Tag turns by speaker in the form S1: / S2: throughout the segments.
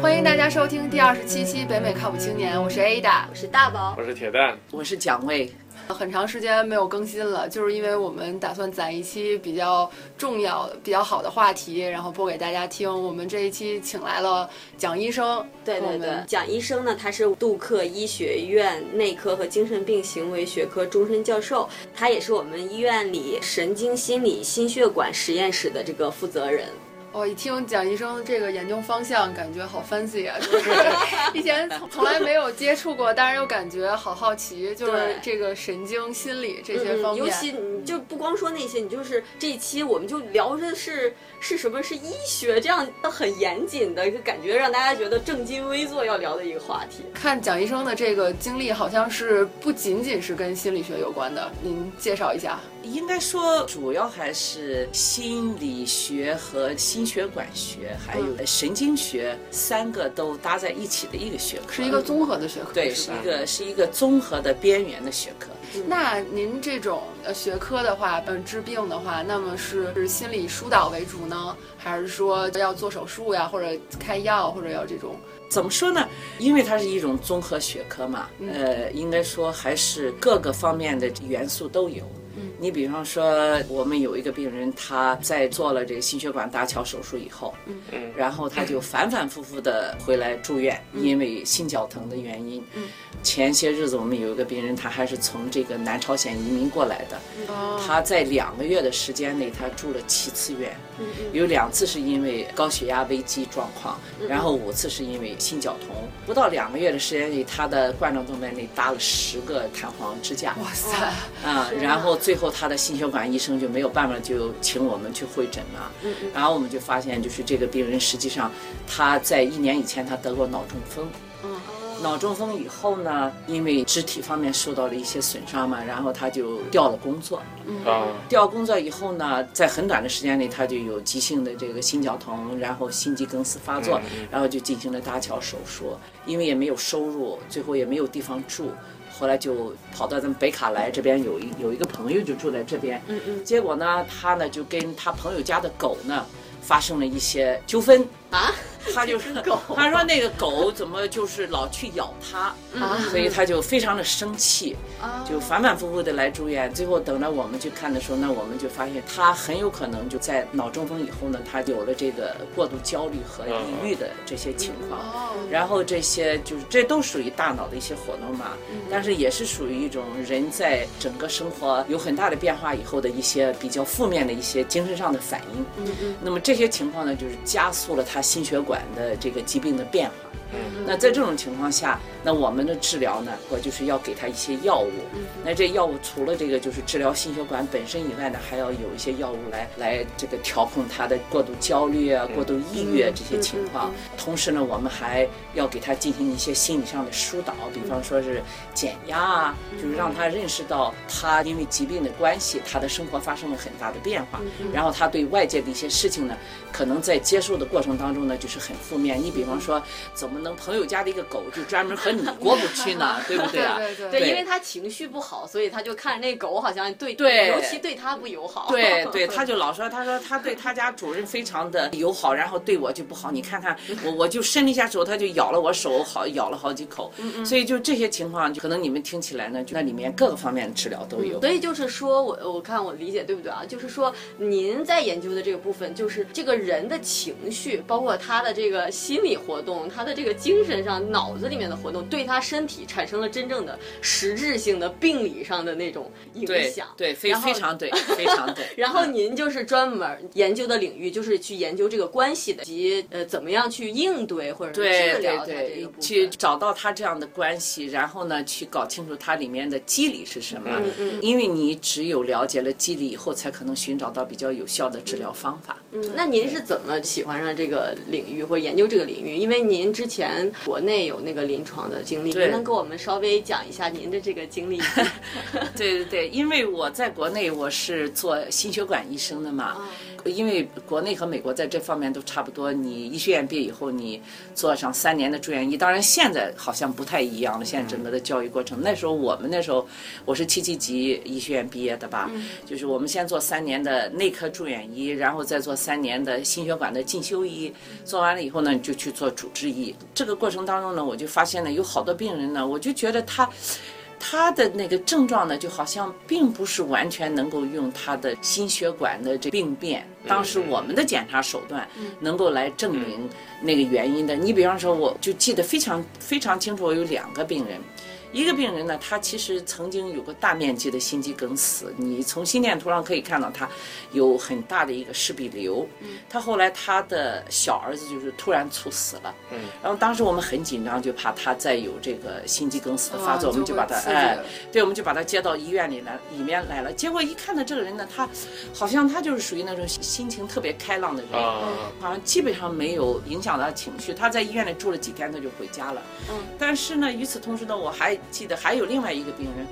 S1: 欢迎大家收听第二十七期《北美靠谱青年》，我是 Ada，
S2: 我是大宝，
S3: 我是铁蛋，
S4: 我是蒋卫。
S1: 很长时间没有更新了，就是因为我们打算攒一期比较重要的、比较好的话题，然后播给大家听。我们这一期请来了蒋医生，
S2: 对对对，蒋医生呢，他是杜克医学院内科和精神病行为学科终身教授，他也是我们医院里神经心理心血管实验室的这个负责人。
S1: 我、哦、一听蒋医生这个研究方向，感觉好 fancy 啊！ 就是以前从从来没有接触过，但是又感觉好好奇，就是这个神经、心理这些方面。嗯、
S2: 尤其你就不光说那些，你就是这一期我们就聊的是是什么是医学这样很严谨的一个感觉，让大家觉得正襟危坐要聊的一个话题。
S1: 看蒋医生的这个经历，好像是不仅仅是跟心理学有关的，您介绍一下。
S4: 应该说，主要还是心理学和心血管学，还有
S1: 嗯
S4: 神经学三个都搭在一起的一个学科，
S1: 是一个综合的学科。
S4: 对，是一个是一个综合的边缘的学科。
S1: 那您这种呃学科的话，嗯，治病的话，那么是心理疏导为主呢，还是说要做手术呀，或者开药，或者要这种？
S4: 怎么说呢？因为它是一种综合学科嘛，嗯、呃，应该说还是各个方面的元素都有。你比方说，我们有一个病人，他在做了这个心血管搭桥手术以后，
S1: 嗯
S4: 嗯，然后他就反反复复的回来住院，嗯、因为心绞疼的原因。
S1: 嗯，
S4: 前些日子我们有一个病人，他还是从这个南朝鲜移民过来的，
S1: 哦、
S4: 他在两个月的时间内，他住了七次院，
S2: 嗯嗯、
S4: 有两次是因为高血压危机状况，然后五次是因为心绞痛。不到两个月的时间里，他的冠状动脉内搭了十个弹簧支架。
S1: 哇塞！
S4: 啊，然后最后。他的心血管医生就没有办法，就请我们去会诊了。
S2: 嗯嗯
S4: 然后我们就发现，就是这个病人实际上他在一年以前他得过脑中风。
S1: 嗯。
S4: 脑中风以后呢，因为肢体方面受到了一些损伤嘛，然后他就调了工作。
S1: 嗯。
S4: 调工作以后呢，在很短的时间内，他就有急性的这个心绞痛，然后心肌梗死发作，
S2: 嗯
S4: 然后就进行了搭桥手术。因为也没有收入，最后也没有地方住。后来就跑到咱们北卡来这边有一有一个朋友就住在这边，
S2: 嗯嗯，
S4: 结果呢，他呢就跟他朋友家的狗呢发生了一些纠纷
S2: 啊，
S4: 他就
S2: 狗，
S4: 他说那个狗怎么就是老去咬他，
S1: 嗯、
S4: 啊所以他就非常的生气，
S1: 啊、
S4: 就反反复复的来住院。最后等到我们去看的时候呢，我们就发现他很有可能就在脑中风以后呢，他有了这个过度焦虑和抑郁的这些情况。
S1: 嗯哦
S4: 然后这些就是这都属于大脑的一些活动嘛，
S1: 嗯
S4: 但是也是属于一种人在整个生活有很大的变化以后的一些比较负面的一些精神上的反应。
S1: 嗯嗯。
S4: 那么这些情况呢，就是加速了他心血管的这个疾病的变化。
S3: 嗯。
S4: 那在这种情况下，那我们的治疗呢，我就是要给他一些药物。那这药物除了这个就是治疗心血管本身以外呢，还要有一些药物来来这个调控他的过度焦虑啊、过度抑郁啊这些情况。同时呢，我们还要给他进行一些心理上的疏导，比方说是减压啊，就是让他认识到他因为疾病的关系，他的生活发生了很大的变化，然后他对外界的一些事情呢，可能在接受的过程当中呢，就是很负面。你比方说，怎么能朋友家的一个狗就专门和你过不去呢？对不对啊？
S1: 对对
S2: 对，
S4: 对
S2: 因为他情绪不好，所以他就看那狗好像对
S4: 对
S2: 尤其对他不友好。
S4: 对对，他就老说，他说他对他家主人非常的友好，然后对我就不好。你看看我，我就伸了一下手，他就咬了我手，好咬了好几口。
S2: 嗯
S4: 所以就这些情况，就可能你们听起来呢，就那里面各个方面的治疗都有。
S2: 所以就是说我我看我理解对不对啊？就是说您在研究的这个部分，就是这个人的情绪，包括他的这个心理活动，他的这个精神上、脑子里面的活动，对他身体产生了真正的实质性的病理上的那种影
S4: 对
S2: 响。
S4: 对，非
S2: 然后
S4: 非常对，非常对。
S2: 然后
S4: 嗯
S2: 您就是专门研究的领域，就是去研究这个关系的，及呃怎么样去应对或者是治
S4: 对对
S2: 疗它这个
S4: 对
S2: 部，分。
S4: 去找到他这样的关系，然后呢，去搞清楚它里面的机理是什么。
S3: 嗯
S2: 嗯
S4: 因为你只有了解了机理以后，才可能寻找到比较有效的治疗方法。
S2: 那您是怎么喜欢上这个领域或者研究这个领域？因为您之前国内有那个临床的经历，
S4: 对
S2: 您能给我们稍微讲一下您的这个 经历？哦
S4: 对对对，因为我在国内我是做心血管医生的嘛，因为国内和美国在这方面都差不多，你医学院毕业以后，你做上三年的住院医，当然现在好像不太一样了，现在整个的教育过程，那时候我们那时候我是七七级医学院毕业的吧，就是我们先做三年的内科住院医，然后再做三年的心血管的进修医，做完了以后呢，你就去做主治医。这个过程当中呢，我就发现呢，有好多病人呢，我就觉得他。他的那个症状呢，就好像并不是完全能够用他的心血管的这病变，当时我们的检查手段能够来证明那个原因的。你比方说，我就记得非常非常清楚，我有两个病人，一个病人呢，他其实曾经有过大面积的心肌梗死，你从心电图上可以看到他有很大的一个室壁瘤。
S1: 嗯
S4: 他后来他的小儿子就是突然猝死了，
S1: 嗯
S4: 然后当时我们很紧张，就怕他再有这个心肌梗死的发作，
S1: 啊
S4: 我们就把他
S1: 就会刺激
S4: 哎
S1: 了，
S4: 对，我们就把他接到医院里来，里面来了。结果一看到这个人呢，他好像他就是属于那种心情特别开朗的人，
S3: 啊，
S4: 好像基本上没有影响到他情绪。他在医院里住了几天，他就回家了。嗯，但是呢，与此同时呢，我还记得还有另外一个病人，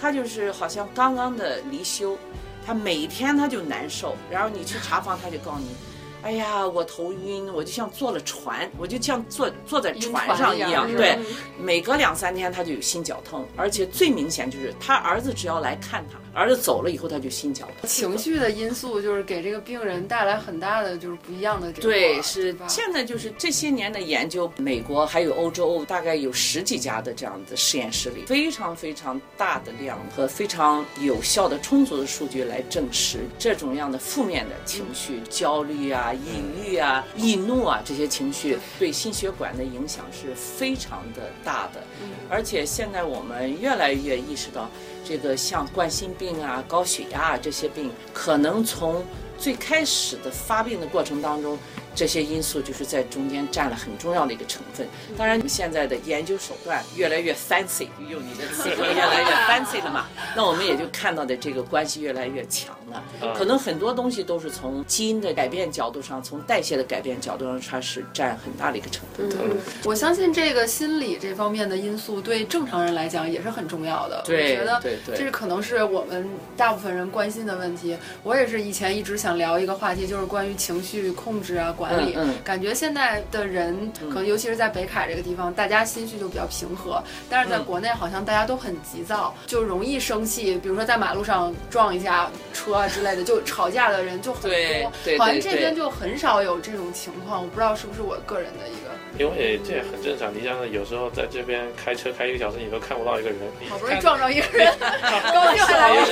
S4: 他就是好像刚刚的离休，他每天他就难受，然后你去查房，他就告你。
S1: 嗯
S4: 哎呀，我头晕，我就像坐了船，我就像坐坐在
S1: 晕
S4: 船
S1: 船
S4: 上
S1: 一
S4: 一
S1: 样
S4: 样。
S1: 是
S4: 对
S1: 吧，
S4: 每隔两三天他就有心绞痛，而且最明显就是他儿子只要来看他，儿子走了以后他就心绞痛。
S1: 情绪的因素就是给这个病人带来很大的就是不一样的这个
S4: 对，是
S1: 吧？
S4: 现在就是这些年的研究，美国还有欧洲大概有十几家的这样的实验室里，非常非常大的量和非常有效的、充足的数据来证实这种样的负面的情绪，焦虑啊、抑郁啊、易怒啊这些情绪对心血管的影响是非常的大的。而且现在我们越来越意识到，这个像冠心病啊、高血压啊这些病，可能从最开始的发病的过程当中，这些因素就是在中间占了很重要的一个成分。当然，我们现在的研究手段越来越 fancy，用你的词汇越来越 fancy 了嘛，那我们也就看到的这个关系越来越强了。
S3: 嗯
S4: 可能很多东西都是从基因的改变角度上，从代谢的改变角度上，它是占很大的一个成分的。
S2: 嗯
S1: 我相信这个心理这方面的因素对正常人来讲也是很重要的。
S4: 对
S1: 我觉得
S4: 对对
S1: 这是可能是我们大部分人关心的问题。我也是以前一直想聊一个话题，就是关于情绪控制啊、管理。
S4: 嗯嗯
S1: 感觉现在的人，可能尤其是在北卡这个地方，大家心绪就比较平和，但是在
S4: 嗯
S1: 国内好像大家都很急躁，就容易生气，比如说在马路上撞一下车啊之类的，就吵架的人就很多。
S4: 对对
S1: 好像
S4: 对
S1: 这
S4: 对
S1: 边就很少有这种情况，我不知道是不是我个人的一个。
S3: 因为这也很正常。你想想，有时候在这边开车开一个小时，你都看不到一个人，你
S1: 好不容易
S3: 看
S1: 撞上一个 人，高兴还来不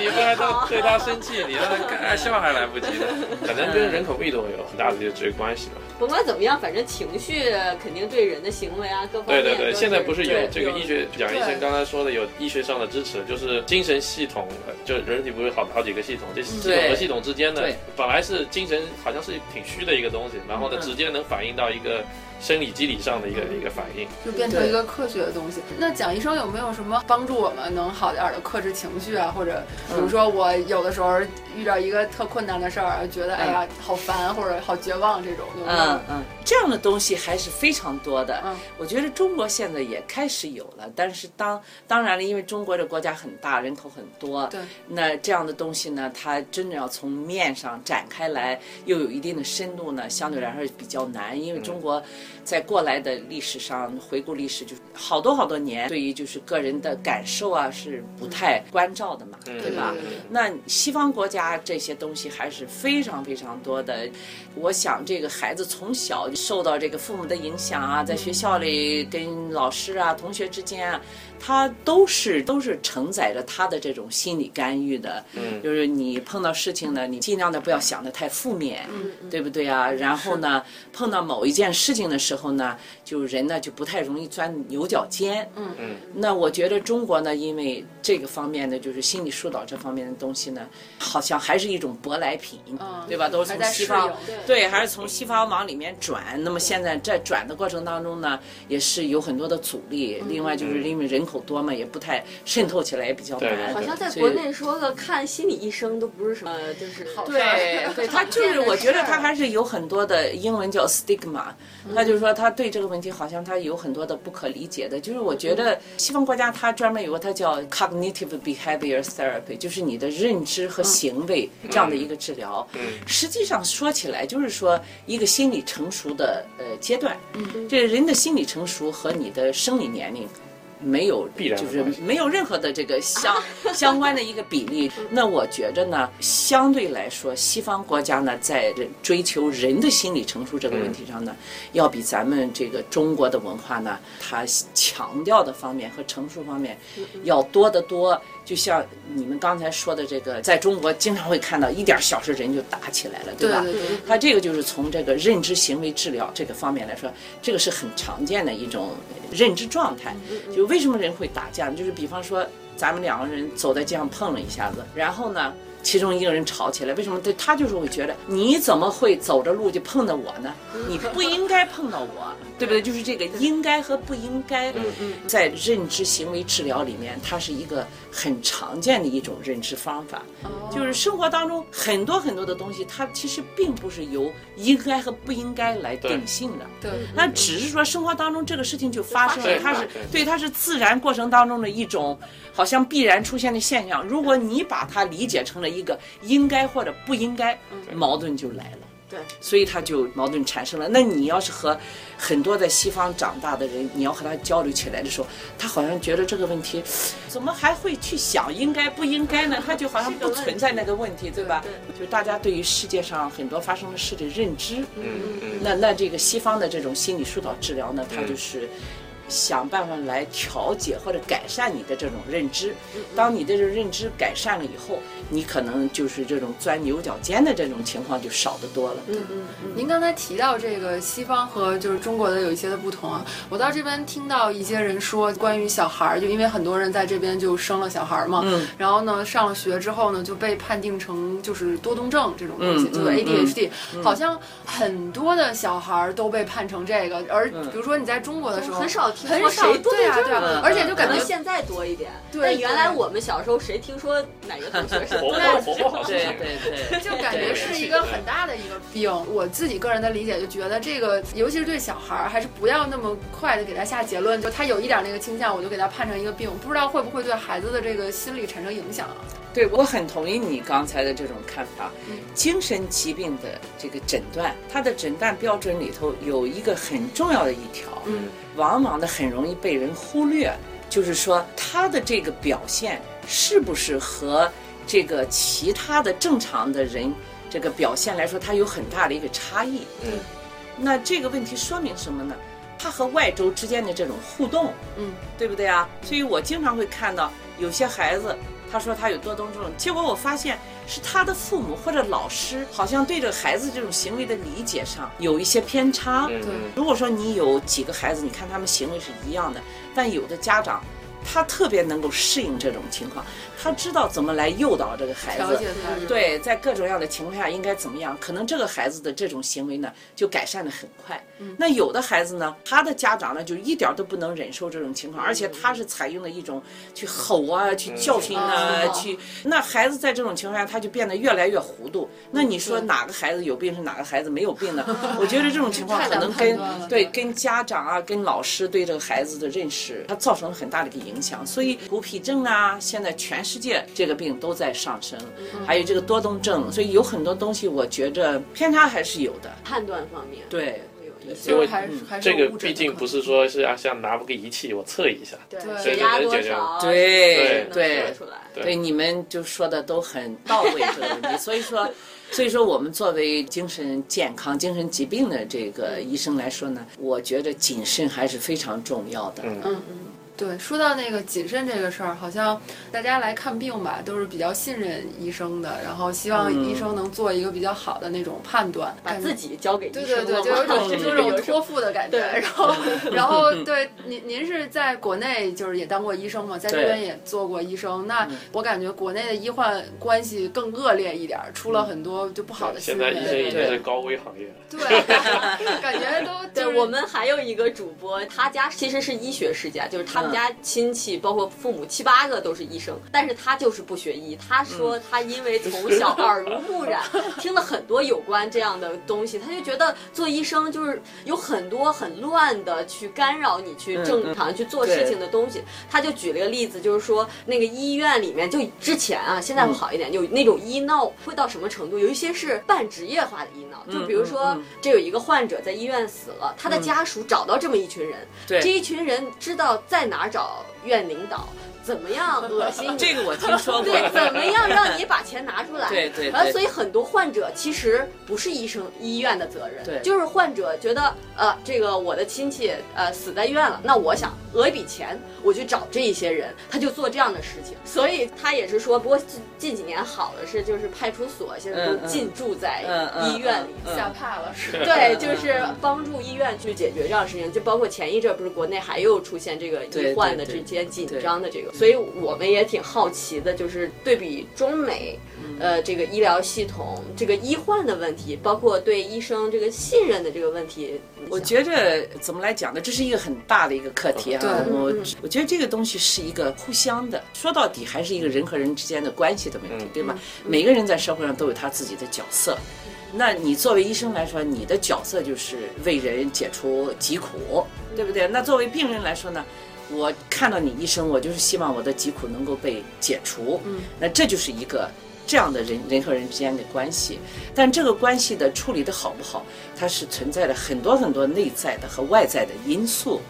S1: 及。
S3: 你不然都对他生气，你让他 干笑还来不及呢。可能跟人口密度有很大的一个直接关系吧。
S2: 甭管怎么样，反正情绪肯定对人的行为啊各方
S3: 对
S2: 面
S3: 对对，
S2: 都
S3: 现在不是有
S2: 对
S3: 这个
S2: 有
S3: 医学，蒋医生刚才说的有医学上的支持，就是精神系统，呃就人体不是好好几个系统，这系统
S4: 嗯对
S3: 和系统之间呢
S4: 对，
S3: 本来是精神好像是挺虚的一个东西，然后呢，
S4: 嗯
S3: 直接能反映到一个生理机理上的一个一个反应。
S1: 就变成一个科学的东西。那蒋医生有没有什么帮助我们能好点儿的克制情绪啊？或者比
S4: 嗯
S1: 如说我有的时候遇到一个特困难的事儿，觉得哎呀好烦或者好绝望这种，有没有
S4: 嗯？嗯，这样的东西还是非常多的。
S1: 嗯
S4: 我觉得中国现在也开始有了，但是当当然了，因为中国这国家很大，人口很多，
S1: 对，
S4: 那这样的东西呢，它真的要从面上展开来，又有一定的深度呢，相对来说比较难，因为中国在过来的历史上回顾历史，就是好多好多年，对于就是个人的感受啊是不太关照的嘛，对吧？
S1: 对对对
S4: 那西方国家这些东西还是非常非常多的。我想这个孩子从小受到这个父母的影响啊，在学校里跟老师啊、同学之间啊，他都是都是承载着他的这种心理干预的。嗯，就是你碰到事情呢，你尽量的不要想的太负面，
S2: 嗯
S4: 对不对啊？然后呢，碰到某一件事情的时候呢，就人呢就不太容易钻牛角尖。嗯嗯。那我觉得中国呢，因为这个方面呢，就是心理疏导这方面的东西呢，好像还是一种舶来品，嗯对吧？都是
S1: 嗯还
S4: 从
S1: 在
S4: 西
S1: 适
S4: 方
S1: 应。
S4: 对，还是从西方往里面转。那么现在在转的过程当中呢，也是有很多的阻力。另外，就是因为人口多嘛，也不太渗透起来也比较难。
S3: 对
S2: 好像在
S4: 所以
S2: 国内说个看心理医生都不是什么，呃就是好
S1: 事儿
S4: 对，对他就是，我觉得他还是有很多的英文叫 stigma，他
S1: 嗯
S4: 就是说他对这个问题好像他有很多的不可理解的，就是我觉
S1: 嗯
S4: 得西方国家它专门有个它叫 cognitive behavior therapy，就是你的认知
S1: 嗯
S4: 和行为这样的一个治疗。实际上说起来，就是说一个心理成熟的呃阶段，这人的心理成熟和你的生理年龄。没有
S3: 必然的
S4: 就是
S3: 关系
S4: 没有任何的这个相相关的一个比例。那我觉着呢，相对来说，西方国家呢，在人追求人的心理成熟这个问题上呢，要比咱们这个中国的文化呢，它强调的方面和成熟方面
S1: 嗯
S4: 要多得多。就像你们刚才说的这个，在中国经常会看到一点小事人就打起来了，对吧？
S1: 对对对
S4: 它这个就是从这个认知行为治疗这个方面来说，这个是很常见的一种认知状态。就为什么人会打架呢，就是比方说咱们两个人走在街上碰了一下子，然后呢，其中一个人吵起来，为什么？对他就是会觉得你怎么会走着路就碰到我呢？你不应该碰到我，对不对？就是这个应该和不应该，在认知行为治疗里面，它是一个很常见的一种认知方法。
S1: 嗯
S4: 就是生活当中很多很多的东西，它其实并不是由应该和不应该来定性的。
S1: 哦对，
S4: 那只是说生活当中这个事情就发生了，
S3: 就发
S4: 它
S3: 生
S4: 是
S3: 了对
S4: 对它是自然过程当中的一种好像必然出现的现象。如果你把它理解成了一个应该或者不应该，矛盾就来了。
S2: 对
S4: 所以他就矛盾产生了。那你要是和很多在西方长大的人，你要和他交流起来的时候，他好像觉得这个问题，怎么还会去想应该不应该呢？他就好像不存在那个问题，对吧？就大家对于世界上很多发生的事的认知，
S3: 嗯嗯
S4: 那那这个西方的这种心理疏导治疗呢，它就是。想办法来调节或者改善你的这种认知。当你的这种认知改善了以后，你可能就是这种钻牛角尖的这种情况就少得多了。
S1: 嗯您刚才提到这个西方和就是中国的有一些的不同啊，我到这边听到一些人说关于小孩儿，就因为很多人在这边就生了小孩儿嘛，
S4: 嗯
S1: 然后呢上了学之后呢就被判定成就是多动症这种东西，
S4: 嗯
S1: 就是 ADHD，、好像很多的小孩儿都被判成这个，而比如说你在中国的时候
S2: 很少听
S1: 很
S2: 说
S1: 少
S2: 谁多
S1: 对啊
S2: 动
S1: 对
S2: 症
S1: 啊
S4: 嗯，
S1: 而且就
S2: 可
S1: 感
S2: 能
S1: 觉
S2: 现在多一点，
S1: 对
S2: 但原来
S1: 对
S2: 我们小时候谁听说哪个同学是
S3: 嗯，活
S2: 多动
S3: 泼活
S2: 症？
S3: 泼好事
S4: 对
S3: 情，
S4: 对 对，
S1: 就感觉是一个很大的一个病。我自己个人的理解就觉得，这个尤其是对小孩儿，还是不要那么快的给他下结论，就他有一点那个倾向，我就给他判成一个病，不知道会不会对孩子的这个心理产生影响啊。
S4: 对我很同意你刚才的这种看法。精神疾病的这个诊断，它的诊断标准里头有一个很重要的一条，
S1: 嗯
S4: 往往的很容易被人忽略，就是说他的这个表现是不是和这个其他的正常的人这个表现来说，它有很大的一个差异。
S3: 嗯，
S4: 那这个问题说明什么呢？他和外周之间的这种互动，
S1: 嗯，
S4: 对不对啊？所以我经常会看到有些孩子，他说他有多动症，结果我发现是他的父母或者老师好像对这个孩子这种行为的理解上有一些偏差。
S3: 嗯嗯
S4: 如果说你有几个孩子，你看他们行为是一样的，但有的家长。他特别能够适应这种情况，他知道怎么来诱导这个孩
S1: 了
S4: 子
S1: 解，他。
S4: 对，在各种各样的情况下应该怎么样？可能这个孩子的这种行为呢，就改善的很快。
S1: 嗯
S4: 那有的孩子呢，他的家长呢，就一点儿都不能忍受这种
S1: 嗯
S4: 情况，而且他是采用了一种去吼啊、去教训啊、
S1: 哦
S4: 去……那孩子在这种情况下，他就变得越来越糊涂。那你说
S1: 嗯对
S4: 哪个孩子有病是哪个孩子没有病呢？ 我觉得这种情况
S1: 太
S4: 可
S1: 难
S4: 能
S1: 判
S4: 跟
S1: 断了
S4: 对
S1: 对
S4: 跟家长啊、跟老师对这个孩子的认识，它造成了很大的一个影响。所以孤僻症啊，现在全世界这个病都在上升，
S1: 嗯
S4: 还有这个多动症，所以有很多东西我觉着偏差还是有的。
S2: 判断方面，
S4: 对，
S1: 就
S3: 因为
S1: 是还是还是
S3: 这个
S1: 有误诊
S3: 毕
S1: 的
S3: 竟
S1: 可
S3: 不
S1: 能
S3: 是说是要像拿个仪器我测一下，
S1: 对
S2: 血压多
S1: 啊
S2: 少？
S4: 对
S2: 能
S4: 对
S2: 测出来。
S4: 对，你们就说的都很到位这个问题，所以说，所以说我们作为精神健康、精神疾病的这个医生来说呢，我觉得谨慎还是非常重要的。
S3: 嗯
S1: 对，说到那个谨慎这个事儿，好像大家来看病吧，都是比较信任医生的，然后希望
S3: 嗯
S1: 医生能做一个比较好的那种判断，
S2: 把
S1: 感觉
S2: 自己交给医生
S1: 对对对，
S2: 了
S1: 就有一
S2: 吗
S1: 种 就有一种托付的感觉。
S2: 对
S1: 然后，然后对您您是在国内就是也当过医生嘛，在这边也做过医生。那我感觉国内的医患关系更恶劣一点儿，出了很多就不好的新
S3: 现
S1: 闻
S3: 在。医生已经
S4: 对
S3: 是高危行业了，
S1: 对， 感觉都
S2: 对
S1: 就是
S2: 我们还有一个主播，他家其实是医学世家，就是他
S4: 嗯
S2: 们家亲戚包括父母七八个都是医生，但是他就是不学医。
S4: 嗯
S2: 他说他因为从小耳濡目染，听了很多有关这样的东西，他就觉得做医生就是有很多很乱的去干扰你
S4: 嗯
S2: 去正常去做事情的东西。他就举了一个例子，就是说那个医院里面就之前啊，现
S4: 嗯
S2: 在会好一点，有那种医闹会到什么程度？有一些是半职业化的医闹，就比如说
S4: 嗯嗯嗯
S2: 这有一个患者在医院死了，他的家属找到这么一群人，
S4: 对
S2: 这一群人知道在哪儿找院领导，怎么样恶心你。
S4: 这个我听说 过。
S2: 对，怎么样让你把钱拿出来？
S4: 对对对
S2: 完了，所以很多患者其实不是医生医院的责任，
S4: 对
S2: 就是患者觉得呃，这个我的亲戚呃死在医院了，那我想讹一笔钱，我去找这一些人，他就做这样的事情。所以他也是说，不过近近几年好的是，就是派出所现在都
S4: 嗯嗯
S2: 进驻在
S4: 嗯嗯
S2: 医院里。
S4: 嗯
S1: 吓怕了 是。
S2: 对，就是帮助医院去解决这样的事情，就包括前一阵儿不是国内还又出现这个医
S4: 对
S2: 患的
S4: 对
S2: 之
S4: 对嗯
S2: 间紧张的这个，所以我们也挺好奇的，就是对比中美，
S4: 嗯
S2: 呃，这个医疗系统这个医患的问题，包括对医生这个信任的这个问题，
S4: 我觉着怎么来讲呢？这是一个很大的一个课题啊。
S1: 对
S4: 我
S2: 嗯嗯
S4: 我觉得这个东西是一个互相的，说到底还是一个人和人之间的关系的问题
S3: 嗯，
S4: 对吧？每个人在社会上都有他自己的角色。那你作为医生来说，你的角色就是为人解除疾苦，对不对？那作为病人来说呢？我看到你医生，我就是希望我的疾苦能够被解除。嗯，那这就是一个这样的人人和人之间的关系。但这个关系的处理的好不好，它是存在着很多很多内在的和外在的因素。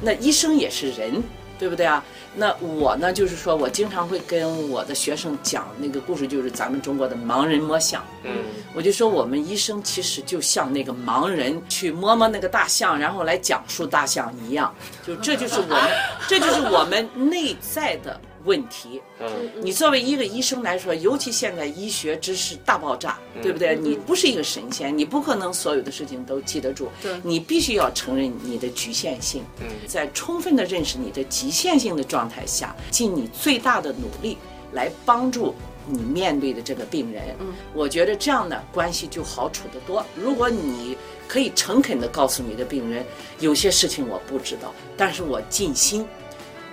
S4: 那医生也是人，对不对啊？那我呢，就是说我经常会跟我的学生讲那个故事，就是咱们中国的盲人摸象。
S3: 嗯，
S4: 我就说我们医生其实就像那个盲人去摸摸那个大象，然后来讲述大象一样，就这就是我们，这就是我们内在的问题。
S3: 嗯，
S4: 你作为一个医生来说，尤其现在医学知识大爆炸，对不对？你不是一个神仙，你不可能所有的事情都记得住。
S1: 对
S4: 你必须要承认你的局限性。嗯，在充分的认识你的局限性的状态下，尽你最大的努力来帮助。你面对的这个病人，嗯，我觉得这样呢，关系就好处得多。如果你可以诚恳地告诉你的病人，有些事情我不知道，但是我尽心，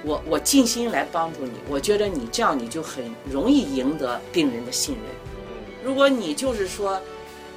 S4: 我我尽心来帮助你，我觉得你这样你就很容易赢得病人的信任。如果你就是说，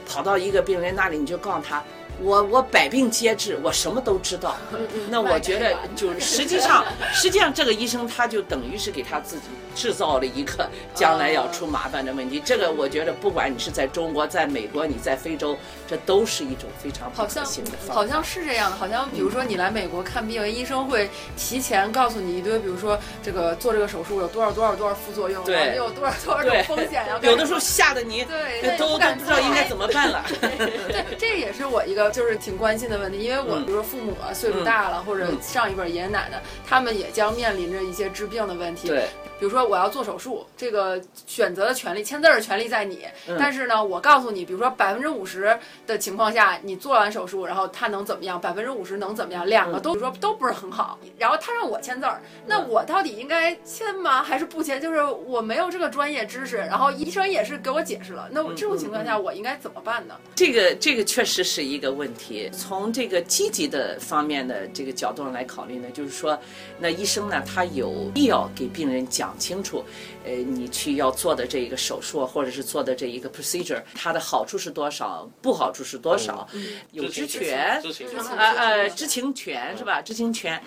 S4: 跑到一个病人那里，你就告诉他，我我百病皆治，我什么都知道，
S1: 嗯
S4: 那我觉得就是实际上实际上这个医生他就等于是给他自己制造了一
S1: 哦
S4: 个将来要出麻烦的问题。这个我觉得不管你是在中国、在美国、你在非洲，这都是一种非常不
S1: 好
S4: 可
S1: 像
S4: 行的方法。
S1: 好像是这样的，好像比如说你来美国看病，医生会提前告诉你一堆，比如说这个做这个手术有多少多少多少副作用，
S4: 对
S1: 然后有多少多少种
S4: 对
S1: 风险，然后
S4: 有的时候吓得你
S1: 对
S4: 都
S1: 不
S4: 都都
S1: 敢哎
S4: 不知道应该怎么办了。
S1: 对，这也是我一个就是挺关心的问题，因为我
S4: 嗯
S1: 比如说父母啊岁数大了，或者上一辈儿爷爷奶奶，他们也将面临着一些治病的问题。
S4: 对，
S1: 比如说我要做手术，这个选择的权利、签字儿的权利在你，但是呢，我告诉你，比如说百分之五十的情况下，你做完手术，然后他能怎么样？百分之五十能怎么样？两个都、比如说都不是很好，然后他让我签字儿，那我到底应该签吗？还是不签？就是我没有这个专业知识，然后医生也是给我解释了，那我这种情况下我应该怎么办呢？
S4: 这个这个确实是一个问题。从这个积极的方面的这个角度上来考虑呢，就是说，那医生呢，他有必要给病人讲清楚，呃，你去要做的这一个手术或者是做的这一个 procedure，它的好处是多少，不好处是多少，有知权，
S3: 知情
S1: 知情
S3: 权，
S4: 呃呃，知情权是吧？知情权。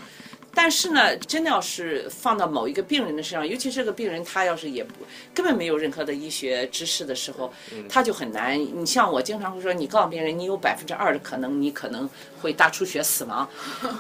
S4: 但是呢，真的要是放到某一个病人的身上，尤其这个病人他要是也不根本没有任何的医学知识的时候，他就很难。你像我经常会说，你告诉别人你有百分之二的可能，你可能会大出血死 亡。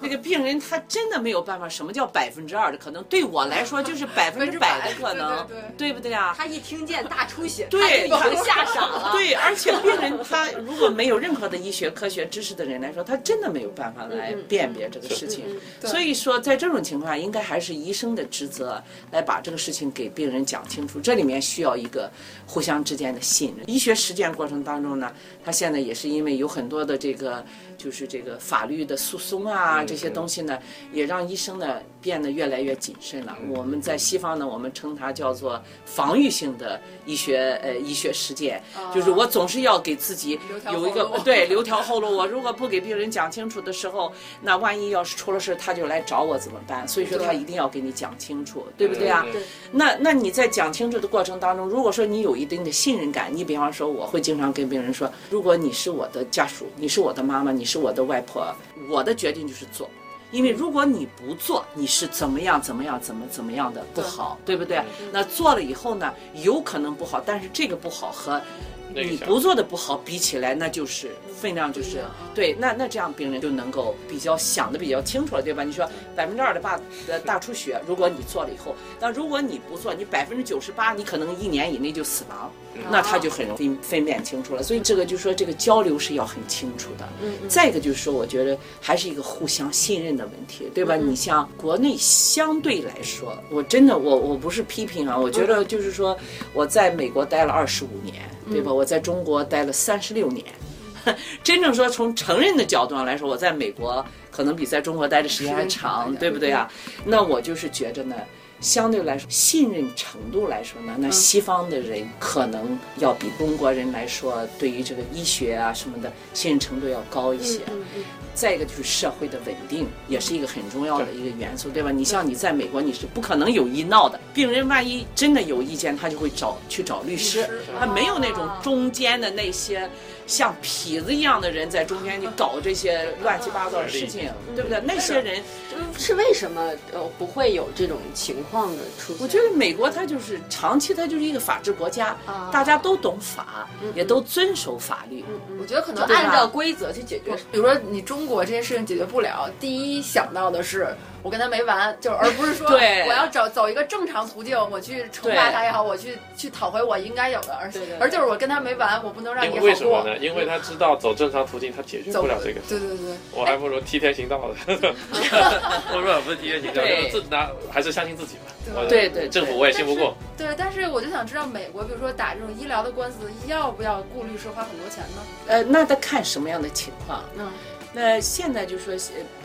S4: 那个病人他真的没有办法。什么叫百分之二的可能？对我来说就是百分之 百的可能，
S1: 对对对
S4: 不对啊？
S2: 他一听见大出 血，他
S4: 对
S2: 就已经吓傻了。
S4: 对，而且病人他如果没有任何的医学科学知识的人来说，他真的没有办法来辨别这个事情。所以说，在这种情况下，应该还是医生的职责来把这个事情给病人讲清楚。这里面需要一个互相之间的信任。医学实践过程当中呢，他现在也是因为有很多的这个就是这个法律的诉讼啊这些东西呢，也让医生呢变得越来越谨慎了。
S3: 嗯
S4: 我们在西方呢，我们称它叫做防御性的医学呃医学实践，就是我总。总是要给自己
S1: 哦留条
S4: 有一
S1: 后
S4: 个
S1: 路
S4: 对留条后路。我如果不给病人讲清楚的时候，那万一要是出了事，他就来找我怎么办？所以说他
S1: 对
S4: 一定要给你讲清楚，对不对啊？
S3: 嗯
S2: 对
S4: 那那你在讲清楚的过程当中，如果说你有一定的信任感，你比方说，我会经常跟病人说，如果你是我的家属，你是我的妈妈，你是我的外婆，我的决定就是做。因为如果你不做，你是怎么样怎么样怎么怎么样的不好，对不对？那做了以后呢，有可能不好，但是这个不好和
S3: 那个
S4: 你
S3: 小
S4: 不做的不好比起来，那就是分量就
S1: 不一
S4: 是
S1: 样
S4: 对，那那这样病人就能够比较想的比较清楚了，对吧？你说百分之二的大的大出血，如果你做了以后，那如果你不做，你百分之九十八，你可能一年以内就死亡，
S3: 嗯
S4: 那他就
S3: 啊
S4: 很容易分分辨清楚了。所以这个就说这个交流是要很清楚的。
S2: 嗯
S4: 再一个就是说，我觉得还是一个互相信任的问题，对吧？你像国内相对来说，我真的我我不是批评啊，我觉得就是说我在美国待了二十五年，对吧？我在中国待了三十六年。 真正说从成人的角度上来说，我在美国可能比在中国待的时间还
S1: 时
S4: 长
S1: 间长，
S4: 对不对啊？那我就是觉着呢，相对来说信任程度来说呢，那西方的人可能要比中国人来说，对于这个医学啊什么的信任程度要高一些。
S2: 嗯嗯
S4: 再一个就是社会的稳定，也是一个很重要的一个元素，对吧？你像你在美国，你是不可能有医闹的，病人万一真的有意见，他就会找去找律师，啊他没有那种中间的那些像痞子一样的人在中间你搞这些 乱七八糟的事情，对不对？那些人，
S2: 嗯，是为什么呃不会有这种情况的出现？
S4: 我觉得美国它就是长期它就是一个法治国家，
S2: 啊
S4: 大家嗯都懂法，也都遵守法律。
S1: 我觉得可能
S2: 嗯按
S1: 按
S2: 照
S1: 照
S2: 规则去解决。
S1: 比如说你中国这件事情解决不了，第一想到的是我跟他没完，就而不是说
S4: 对
S1: 我要找走一个正常途径，我去惩罚他也好，我去去讨回我应该有的，而
S2: 对对对
S1: 而就是我跟他没完，我不能让
S3: 因
S1: 你
S3: 为
S1: 好
S3: 为什么
S1: 过。
S3: 呢？因为他知道走正常途径他解决
S1: 走
S3: 不了这个，
S1: 对对对，
S3: 我还不如替天行道的。 我说不是替天行道，
S4: 对
S3: 就是自己拿还是相信自己吧。
S1: 对
S3: 我
S4: 对对
S3: 政府我也信不过。
S1: 对，但是我就想知道，美国比如说打这种医疗的官司，要不要顾律师花很多钱呢？
S4: 呃，那得看什么样的情况。
S1: 嗯，
S4: 那现在就说，呃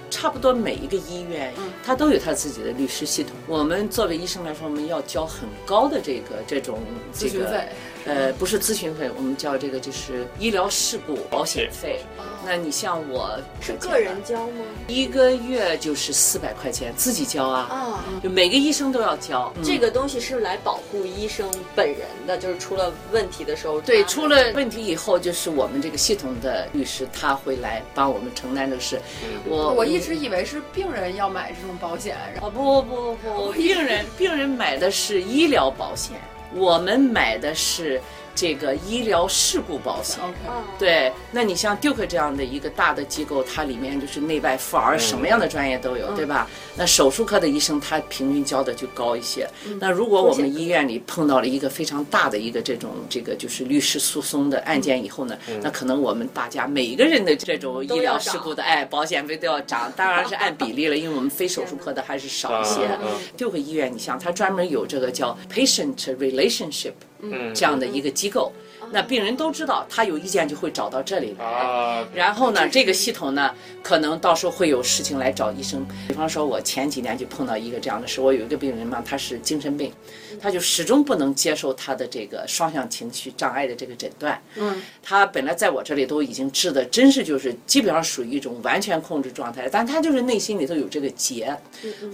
S4: 差不多每一个医院
S1: 嗯，
S4: 它都有它自己的律师系统。我们作为医生来说，我们要交很高的这个这种这
S1: 咨询
S4: 个
S1: 费，
S4: 呃，不是咨询费，我们叫这个就是医疗事故保险费。
S1: 嗯
S4: 那你像我
S2: 是个人交吗？
S4: 一个月就是四百块钱，自己交啊，
S2: 啊，
S4: 就每个医生都要交。嗯
S2: 这个东西是来保护医生本人的，就是出了问题的时候，
S4: 对，
S2: 他
S4: 出了问题以后，就是我们这个系统的律师他会来帮我们承担这个事。我
S1: 我一直以为是病人要买这种保险，然后
S4: 哦不不不不，病人病人买的是医疗保险，我们买的是这个医疗事故保险。
S1: OK，
S2: 啊
S4: 对，那你像 Duke 这样的一个大的机构，它里面就是内外妇儿什么
S3: 嗯
S4: 样的专业都有，对吧？那手术科的医生他平均交的就高一些。
S3: 嗯
S4: 那如果我们医院里碰到了一个非常大的一个这种这个就是律师诉讼的案件以后呢，
S3: 嗯
S4: 那可能我们大家每个人的这种医疗事故的哎保险费都要涨，当然是按比例了，因为我们非手术科的还是少一些
S3: 嗯嗯。
S4: 六个医院，你像它专门有这个叫 patient relationship
S3: 嗯哦
S4: 这样的一个机构。那病人都知道，他有意见就会找到这里来。
S3: 啊，
S4: 然后呢，这个系统呢，可能到时候会有事情来找医生。比方说，我前几年就碰到一个这样的事，我有一个病人嘛，他是精神病，他就始终不能接受他的这个双向情绪障碍的这个诊断。嗯，他本来在我这里都已经治的，真是就是基本上属于一种完全控制状态，但他就是内心里头有这个结。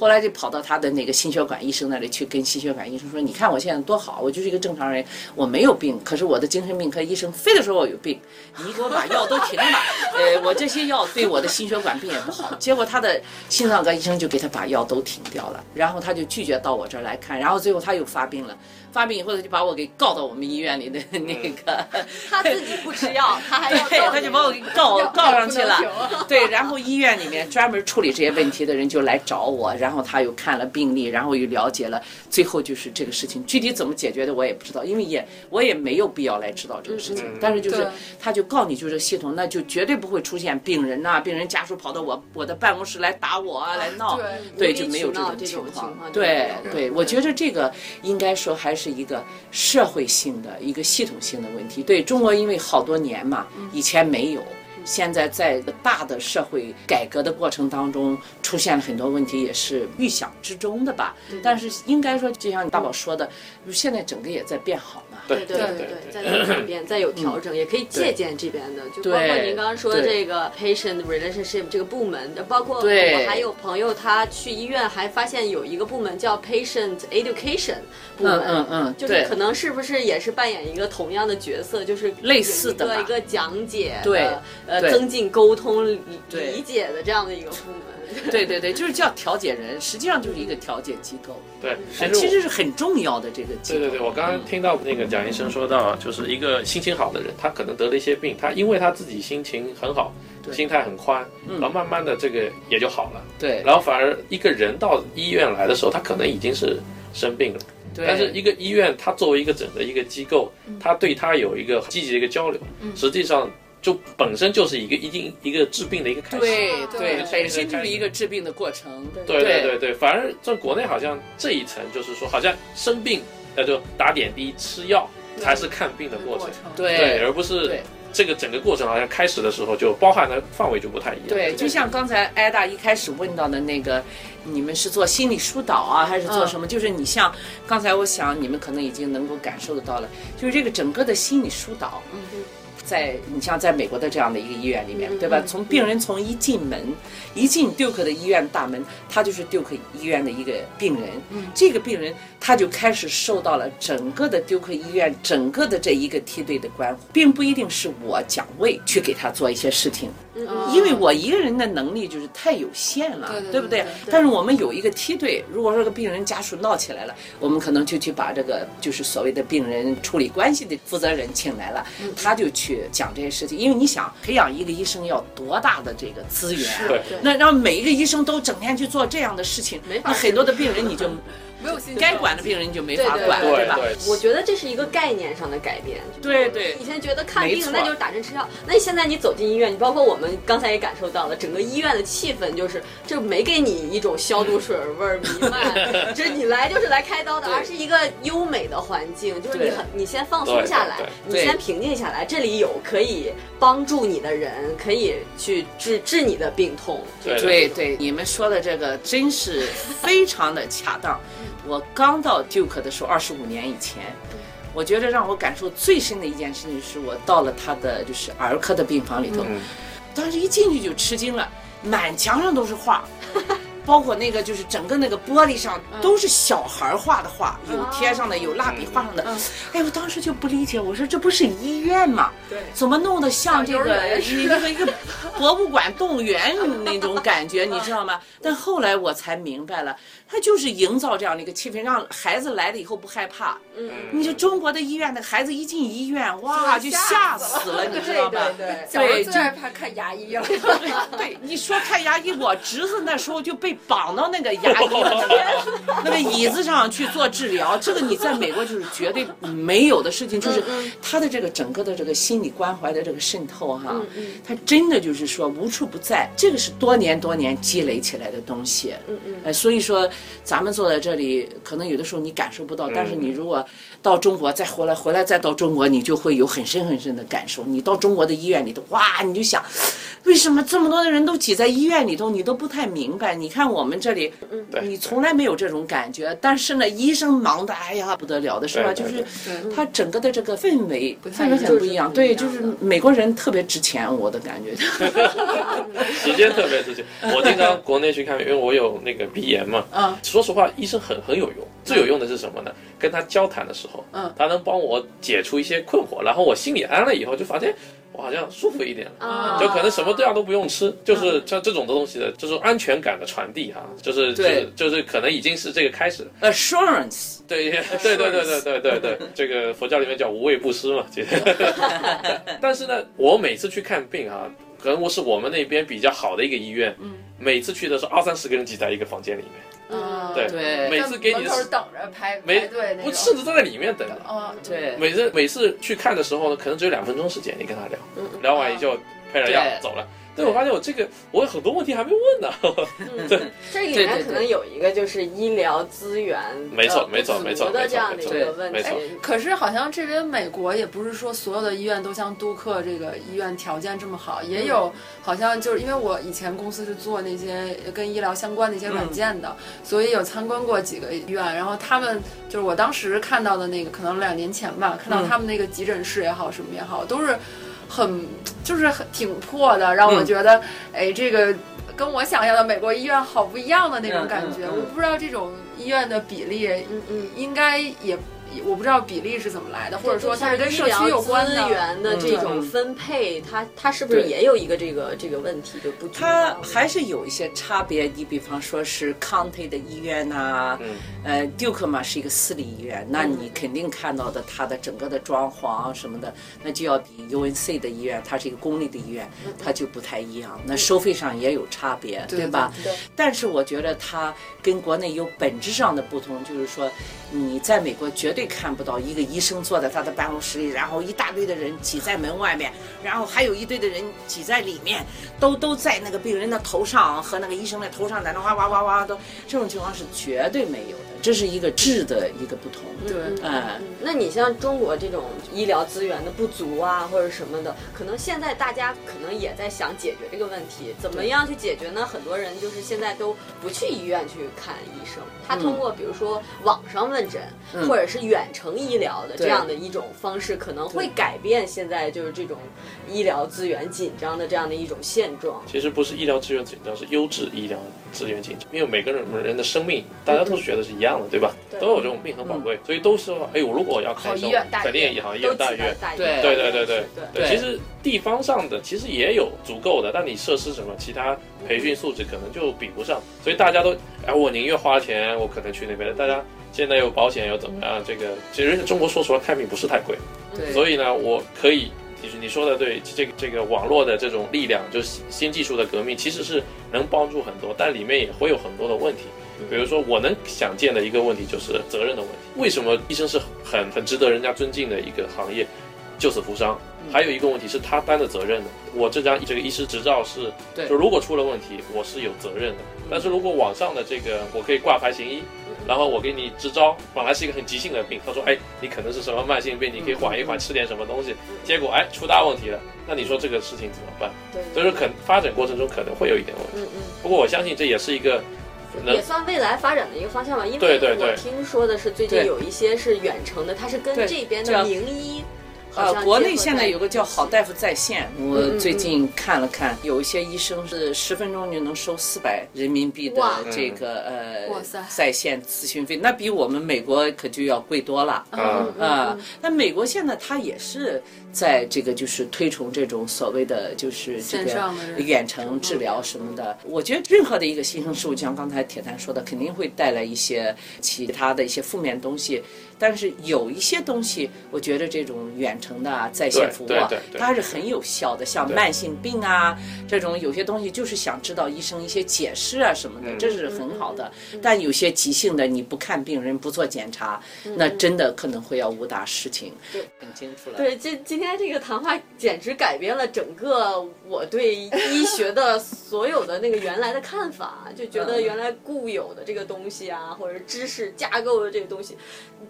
S4: 后来就跑到他的那个心血管医生那里去，跟心血管医生说：“你看我现在多好，我就是一个正常人，我没有病，可是我的精神病科医生非得说我有病，你给我把药都停 了吧，呃，我这些药对我的心血管病也不好。”结果他的心脏科医生就给他把药都停掉了，然后他就拒绝到我这儿来看，然后最后他又发病了。发病以后，他就把我给告到我们医院里的那个，
S2: 他自己不吃 药，他还要
S4: 对，
S2: 告
S4: 嗯他
S2: 你
S4: 就把我给 告告上去
S1: 不能停
S4: 了。对，然后医院里面专门处理这些问题的人就来找我，然后他又看了病历，然后又了解了，最后就是这个事情具体怎么解决的我也不知道，因为也我也没有必要来知道这个事情
S3: 嗯。
S4: 但是就是
S1: 对
S4: 他就告你就是系统，那就绝对不会出现病人呐、病人家属跑到我我的办公室来打我啊，来闹。
S1: 对
S2: 无
S4: 对，
S2: 理
S4: 就没
S2: 取
S4: 有
S2: 闹
S4: 种
S2: 这种
S4: 情
S2: 情况就
S4: 对
S2: 没有
S4: 对，我觉得这个应该说还是一个社会性的一个系统性的问题。对中国，因为好多年嘛，
S2: 嗯
S4: 以前没有。现在在大的社会改革的过程当中，出现了很多问题，也是预想之中的吧。但是应该说，就像大宝说的，现在整个也在变好嘛。
S3: 对
S2: 对
S3: 对
S2: 对，再有改变，再有调
S4: 嗯
S2: 整，也可以借鉴这边的，就包括您刚刚说的这个 patient relationship 这个部门，呃包括
S4: 对
S2: 我还有朋友他去医院还发现有一个部门叫 patient education 部门，
S4: 嗯嗯嗯
S2: 就是
S4: 对
S2: 可能是不是也是扮演一个同样的角色，就是
S4: 类似的
S2: 有一个
S4: 吧
S2: 一个讲解的，
S4: 对
S2: 呃，
S4: 对
S2: 增进沟通理
S4: 对
S2: 理解的这样的一个部门，
S4: 对对对，就是叫调解人，实际上就是一个调解机构，
S3: 对，其
S4: 哎
S3: 实
S4: 其
S3: 我
S4: 实是很重要的这个机
S3: 对
S4: 构。
S3: 对对，我刚刚听到那个蒋医生说到，啊就是一个心情好的人，他可能得了一些病，他因为他自己心情很好，
S4: 对
S3: 心态很宽，然后慢慢的这个也就好了。
S4: 对
S3: 然后反而一个人到医院来的时候，他可能已经是生病了，
S4: 对，嗯
S3: 但是一个医院，它作为一个整个一个机构，它对他有一个积极的一个交流，实际上就本身就是一个一定一个治病的一个开始。
S4: 对
S1: 对
S4: 对，本身就是一个治病的过程。
S3: 对对对对，反而在国内好像这一层就是说，好像生病那就打点滴、吃药才是看病的过程，
S4: 对
S3: 而不是
S4: 对
S3: 这个整个过程好像开始的时候就包含的范围就不太一样。
S4: 对，就像刚才艾大一开始问到的那个，你们是做心理疏导啊，还是
S3: 嗯
S4: 做什么？就是你像刚才，我想你们可能已经能够感受得到了，就是这个整个的心理疏导，
S3: 嗯
S4: 在你像在美国的这样的一个医院里面，对吧？
S3: 嗯
S4: 从病人从一进门，一进 Duke 的医院大门，他就是 Duke 医院的一个病人，
S3: 嗯
S4: 这个病人他就开始受到了整个的 Duke 医院整个的这一个梯队的关护，并不一定是我蒋卫去给他做一些事情。因为我一个人的能力就是太有限了，
S1: 对对
S4: 不
S1: 对
S4: 但是我们有一个梯队，如果说这个病人家属闹起来了，我们可能就去把这个就是所谓的病人处理关系的负责人请来了，
S2: 嗯
S4: 他就去讲这些事情。因为你想培养一个医生要多大的这个资源
S2: 嗯
S4: 啊，
S3: 对
S4: 那让每一个医生都整天去做这样的事情，
S2: 没法
S4: 那很多的病人 你就
S1: 没有心情
S4: 该管的病人你就没
S2: 对
S4: 法
S2: 对
S4: 管了，
S3: 对
S4: 吧？
S3: 对，
S2: 我觉得这是一个概念上的改变。
S4: 对对
S2: 以前觉得看
S4: 没
S2: 病
S4: 错
S2: 那就是打针吃药，那现在你走进医院，你包括我们刚才也感受到了，整个医院的气氛就是，这没给你一种消毒水味儿弥漫，这你来就是来开刀的，
S4: 对
S2: 而是一个优美的环境，就是你
S4: 对
S2: 很你先放松下来
S3: 对对，
S2: 你
S4: 对
S2: 先平静下来，这里有可以帮助你的人，可以去治治你的病痛。
S3: 对
S4: 对对，你们说的这个真是非常的恰当。我刚到 Duke 的时候，二十五年以前，我觉得让我感受最深的一件事情是我到了他的就是儿科的病房里头，
S3: 嗯
S4: 当时一进去就吃惊了，满墙上都 是画。包括那个就是整个那个玻璃上
S1: 嗯
S4: 都是小孩儿画的画，有贴上的，有蜡笔画上
S1: 哦嗯
S4: 的。哎，我当时就不理解，我说这不是医院吗？
S1: 对
S4: 怎么弄 得像这
S1: 像幼儿
S4: 个
S1: 园
S4: 一个一个博物馆、动物园那种感觉，你知道吗？ 但后来我才明白了，它就是营造这样的一个气氛，让孩子来了以后不害怕。你就中国的医院的孩子一进医院，哇，就
S1: 就
S4: 吓
S1: 吓
S4: 死
S1: 死
S4: 了，
S1: 了
S4: 你知道吗？
S2: 嗯对对对
S1: 小时候最
S4: 对就
S1: 害怕看牙医了，
S4: 对，你说看牙医，我侄子那时候就被绑到那个牙医的 那个那个椅子上去做治疗，这个你在美国就是绝对没有的事情，就是他的这个整个的这个心理关怀的这个渗透哈、
S2: 嗯
S4: 他真的就是说无处不在，这个是多年多年积累起来的东西，嗯嗯，呃，所以说咱们坐在这里，可能有的时候你感受不到，但是你如果到中国再回来，回来再到中国，你就会有很深很深的感受。你到中国的医院里头，哇，你就想。为什么这么多的人都挤在医院里头，你都不太明白？你看我们这里，你从来没有这种感觉，但是呢，医生忙的，哎呀不得了的是吧？
S3: 对
S4: 就
S3: 对
S4: 是他整个的这个氛围，
S1: 太一样
S4: 氛围很不一样。对，
S2: 就
S4: 就是
S2: 不一
S4: 是
S2: 样的
S4: 美国人特别值钱，我的感觉。
S3: 时间特别值 钱。我经常国内去看，因为我有那个鼻炎嘛。
S1: 嗯，
S3: 说实话，医生很很有用。最有用的是什么呢？跟他交谈的时候，
S1: 嗯，
S3: 他能帮我解除一些困惑，然后我心里安了以后，就发现我好像舒服一点了。
S2: 啊
S3: 就可能什么药都不用吃，就是像这种的东西的，就是安全感的传递哈、就是就
S4: 对
S3: 是就是可能已经是这个开始了，
S4: Assurance，
S3: 对对对对对对对对，这个佛教里面叫无畏布施嘛，其实。但是呢，我每次去看病啊，可能我是我们那边比较好的一个医院，每次去的时候二三十个人挤在一个房间里面，
S1: 嗯
S3: 对
S4: 对
S3: 每次给你
S1: 门
S3: 的
S1: 口等着排
S3: 没
S1: 排队那
S3: 不
S1: 种，
S3: 甚至都在里面等啊了。
S1: 嗯，
S4: 对
S2: 嗯
S3: 每次每次去看的时候呢，可能只有两分钟时间，你跟他聊，聊完以后配了药
S4: 对
S3: 走了。但我发现我这个我有很多问题还没问呢，
S2: 这里面
S4: 对对对
S2: 可能有一个就是医疗资源
S3: 没错
S2: 呃
S3: 没错
S2: 不足
S3: 没错
S2: 的
S3: 没错
S2: 这样的一
S3: 没
S2: 个
S4: 错
S2: 问
S3: 没
S2: 题
S3: 错。
S1: 可是好像这边美国也不是说所有的医院都像杜克这个医院条件这么好，
S4: 嗯
S1: 也有好像就是因为我以前公司是做那些跟医疗相关的一些
S4: 嗯
S1: 软件的，所以有参观过几个医院，然后他们就是我当时看到的那个，可能两年前吧，看
S4: 嗯
S1: 到他们那个急诊室也好，什么也好，都是很就是很挺破的，让我
S4: 嗯
S1: 觉得、哎这个。跟我想象的美国医院好不一样的那种
S4: 嗯
S1: 感
S4: 嗯
S1: 觉，
S4: 嗯
S1: 我不知道这种医院的比例
S2: 嗯嗯，
S1: 应该也我不知道比例是怎么来的，或者说它
S2: 它
S1: 是跟社区有关
S2: 资
S1: 的。嗯
S2: 源的这种分配，它它是不是
S4: 对
S2: 也有一个这个这个问题就不足
S4: 它
S2: 啊？
S4: 还是有一些差别，你比方说是康 o 的医院呐、
S3: 嗯
S4: 呃，Duke 嘛是一个私立医院，那你肯定看到的它的整个的装潢什么的，那就要比 UNC 的医院，它是一个公立的医院，它就不太一样，那收费上也有差别，
S1: 对
S4: 吧？
S2: 对对
S4: 但是我觉得它跟国内有本质上的不同，就是说你在美国绝对看不到一个医生坐在他的办公室里，然后一大堆的人挤在门外面，然后还有一堆的人挤在里面，都都在那个病人的头上和那个医生的头上，在那哇哇哇哇都，这种情况是绝对没有的，这是一个质的一个不同。
S1: 对
S2: 嗯
S4: 哎
S2: 嗯那你像中国这种医疗资源的不足啊，或者什么的，可能现在大家可能也在想解决这个问题，怎么样去解决呢？很多人就是现在都不去医院去看医生，他通过比如说网上问诊，或者是远程医疗的这样的一种方式，可能会改变现在就是这种医疗资源紧张的这样的一种现状。
S3: 其实不是医疗资源紧张，是优质医疗资源紧张。因为每个人人的生命，大家都觉得是一样的，对吧？都有这种命很宝贵，所以都是说，哎，我如果我要看医
S1: 好
S3: 生
S1: 医院，大医
S3: 肯
S1: 院
S3: 定也好医
S2: 都
S3: 院
S2: 挤
S3: 大医
S2: 在
S3: 院。
S2: 大医
S4: 对
S2: 院
S3: 对对对对
S2: 对。
S3: 对，
S4: 对
S3: 其实地方上的其实也有足够的，但你设施什么其他培训素质可能就比不上，所以大家都哎，我宁愿花钱，我可能去那边。大家现在有保险又怎么样？这个其实中国说实话看病不是太贵，
S4: 对
S3: 所以呢，我可以。你你说的对，这个这个网络的这种力量，就是新新技术的革命，其实是能帮助很多，但里面也会有很多的问题。比如说，我能想见的一个问题就是责任的问题。为什么医生是很很值得人家尊敬的一个行业，救死扶伤？还有一个问题是他担的责任呢。我这张这个医师执照是，
S4: 对
S3: 就如果出了问题，我是有责任的。但是如果网上的这个，我可以挂牌行医，然后我给你支招，本来是一个很急性的病，他说，哎，你可能是什么慢性病，你可以缓一缓，吃点什么东西。结果哎，出大问题了，那你说这个事情怎么办？
S2: 对
S3: 所以说，可发展过程中可能会有一点问
S2: 嗯
S3: 题。
S2: 嗯。
S3: 不过我相信这也是一个能
S2: 也算未来发展的一个方向吧，因为
S3: 对对对
S2: 我听说的是最近
S4: 对
S2: 有一些是远程的，它是跟
S4: 对
S2: 这边
S4: 这
S2: 的
S4: 样
S2: 名医好像结合
S4: 呃，
S2: 在，
S4: 国内现在有个叫好大夫在线，我
S2: 嗯嗯
S4: 最近看了看，有一些医生是十分钟就能收四百人民币的
S2: 哇
S4: 这个
S1: 哇
S4: 呃
S1: 塞
S4: 在线咨询费，那比我们美国可就要贵多了。
S3: 啊
S2: 嗯，
S4: 啊，那美国现在它也是在这个就是推崇这种所谓的就是这
S1: 线
S4: 个
S1: 上的
S4: 远程治疗什么的。我觉得任何的一个新生事物，就像刚才铁蛋说的，肯定会带来一些其他的一些负面东西。但是有一些东西，我觉得这种远程的啊在线服务啊
S3: 对对对，对
S4: 它还是很有效的。像慢性病啊这种，有些东西就是想知道医生一些解释啊什么的，这是很好的。但有些急性的，你不看病人，不做检查，那真的可能会要误打事情。对，很清楚了。
S2: 对，这今天这个谈话简直改变了整个我对医学的所有的那个原来的看法，啊就觉得
S4: 嗯
S2: 原来固有的这个东西啊，或者知识架构的这个东西，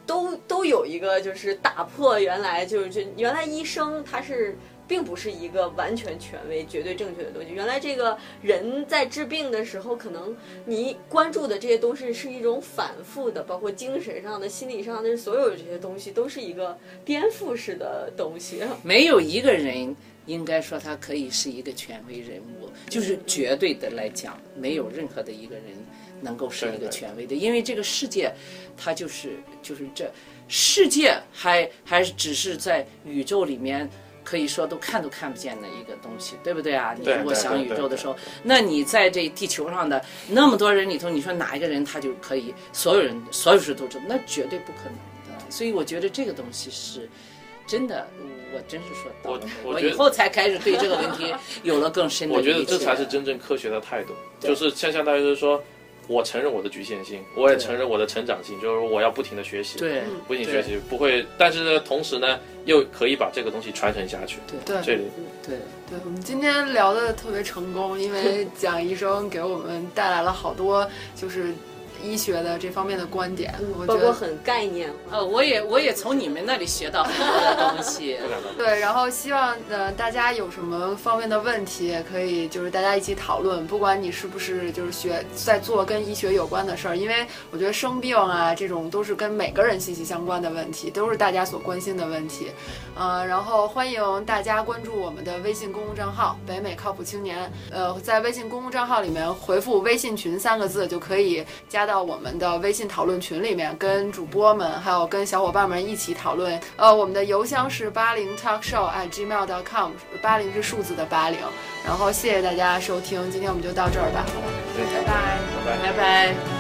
S2: 都都有一个就是打破原来就是就原来医生他是。并不是一个完全权威、绝对正确的东西。原来这个人在治病的时候，可能你关注的这些东西是一种反复的，包括精神上的、心理上的，所有这些东西都是一个颠覆式的东西。
S4: 没有一个人应该说他可以是一个权威人物，就是绝对的来讲，没有任何的一个人能够是一
S3: 对
S4: 个
S3: 对
S4: 权威的，因为这个世界，它就是就是这世界还还只是在宇宙里面。可以说都看都看不见的一个东西，对不对啊？你
S3: 对
S4: 如果
S3: 对
S4: 想
S3: 对
S4: 宇
S3: 对
S4: 宙的
S3: 对
S4: 时候，那你在这地球上的那么多人里头，你说哪一个人他就可以所有人所有事都知道？那绝对不可能的。所以我觉得这个东西是真的，嗯我真是说到了
S3: 我
S4: 我
S3: 觉
S4: 以
S3: 得
S4: 后才开始对这个 问题有了更深的
S3: 我
S4: 嗯理解。
S3: 觉得这才是真正科学的态度，就是像相当于是说，我承认我的局限性，我也
S4: 对
S3: 承认我的成长性，就是我要不停的学习，
S4: 嗯对
S1: 嗯
S3: 不停地
S4: 对
S3: 学习，不会，但是呢，同时呢，又可以把这个东西传承下去。
S1: 对
S3: 这里
S4: 对，
S1: 对，我们今天聊的特别成功，因 为蒋医生给我们带来了好多就是医学的这方面的观点，我觉
S2: 包括
S1: 得。
S2: 很概念化。
S4: 呃，我也我也从你们那里学到很多的东 西。
S3: 不敢当。
S1: 对，然后希望呃大家有什么方面的问题，也可以就是大家一起讨论，不管你是不是就是学在做跟医学有关的事儿，因为我觉得生病啊这种都是跟每个人息息相关的问题，都是大家所关心的问题。呃，然后欢迎大家关注我们的微信公众账号“北美靠谱青年”，呃，在微信公众账号里面回复“微信群”三个字就可以加到我们的微信讨论群里面，跟主播们还有跟小伙伴们一起讨论。呃，我们的邮箱是八零 talkshow at gmail.com，八零是数字的八零。然后谢谢大家收听，今天我们就到这儿吧，好吧，
S3: 嗯
S1: 拜拜，
S3: 拜
S1: 拜拜。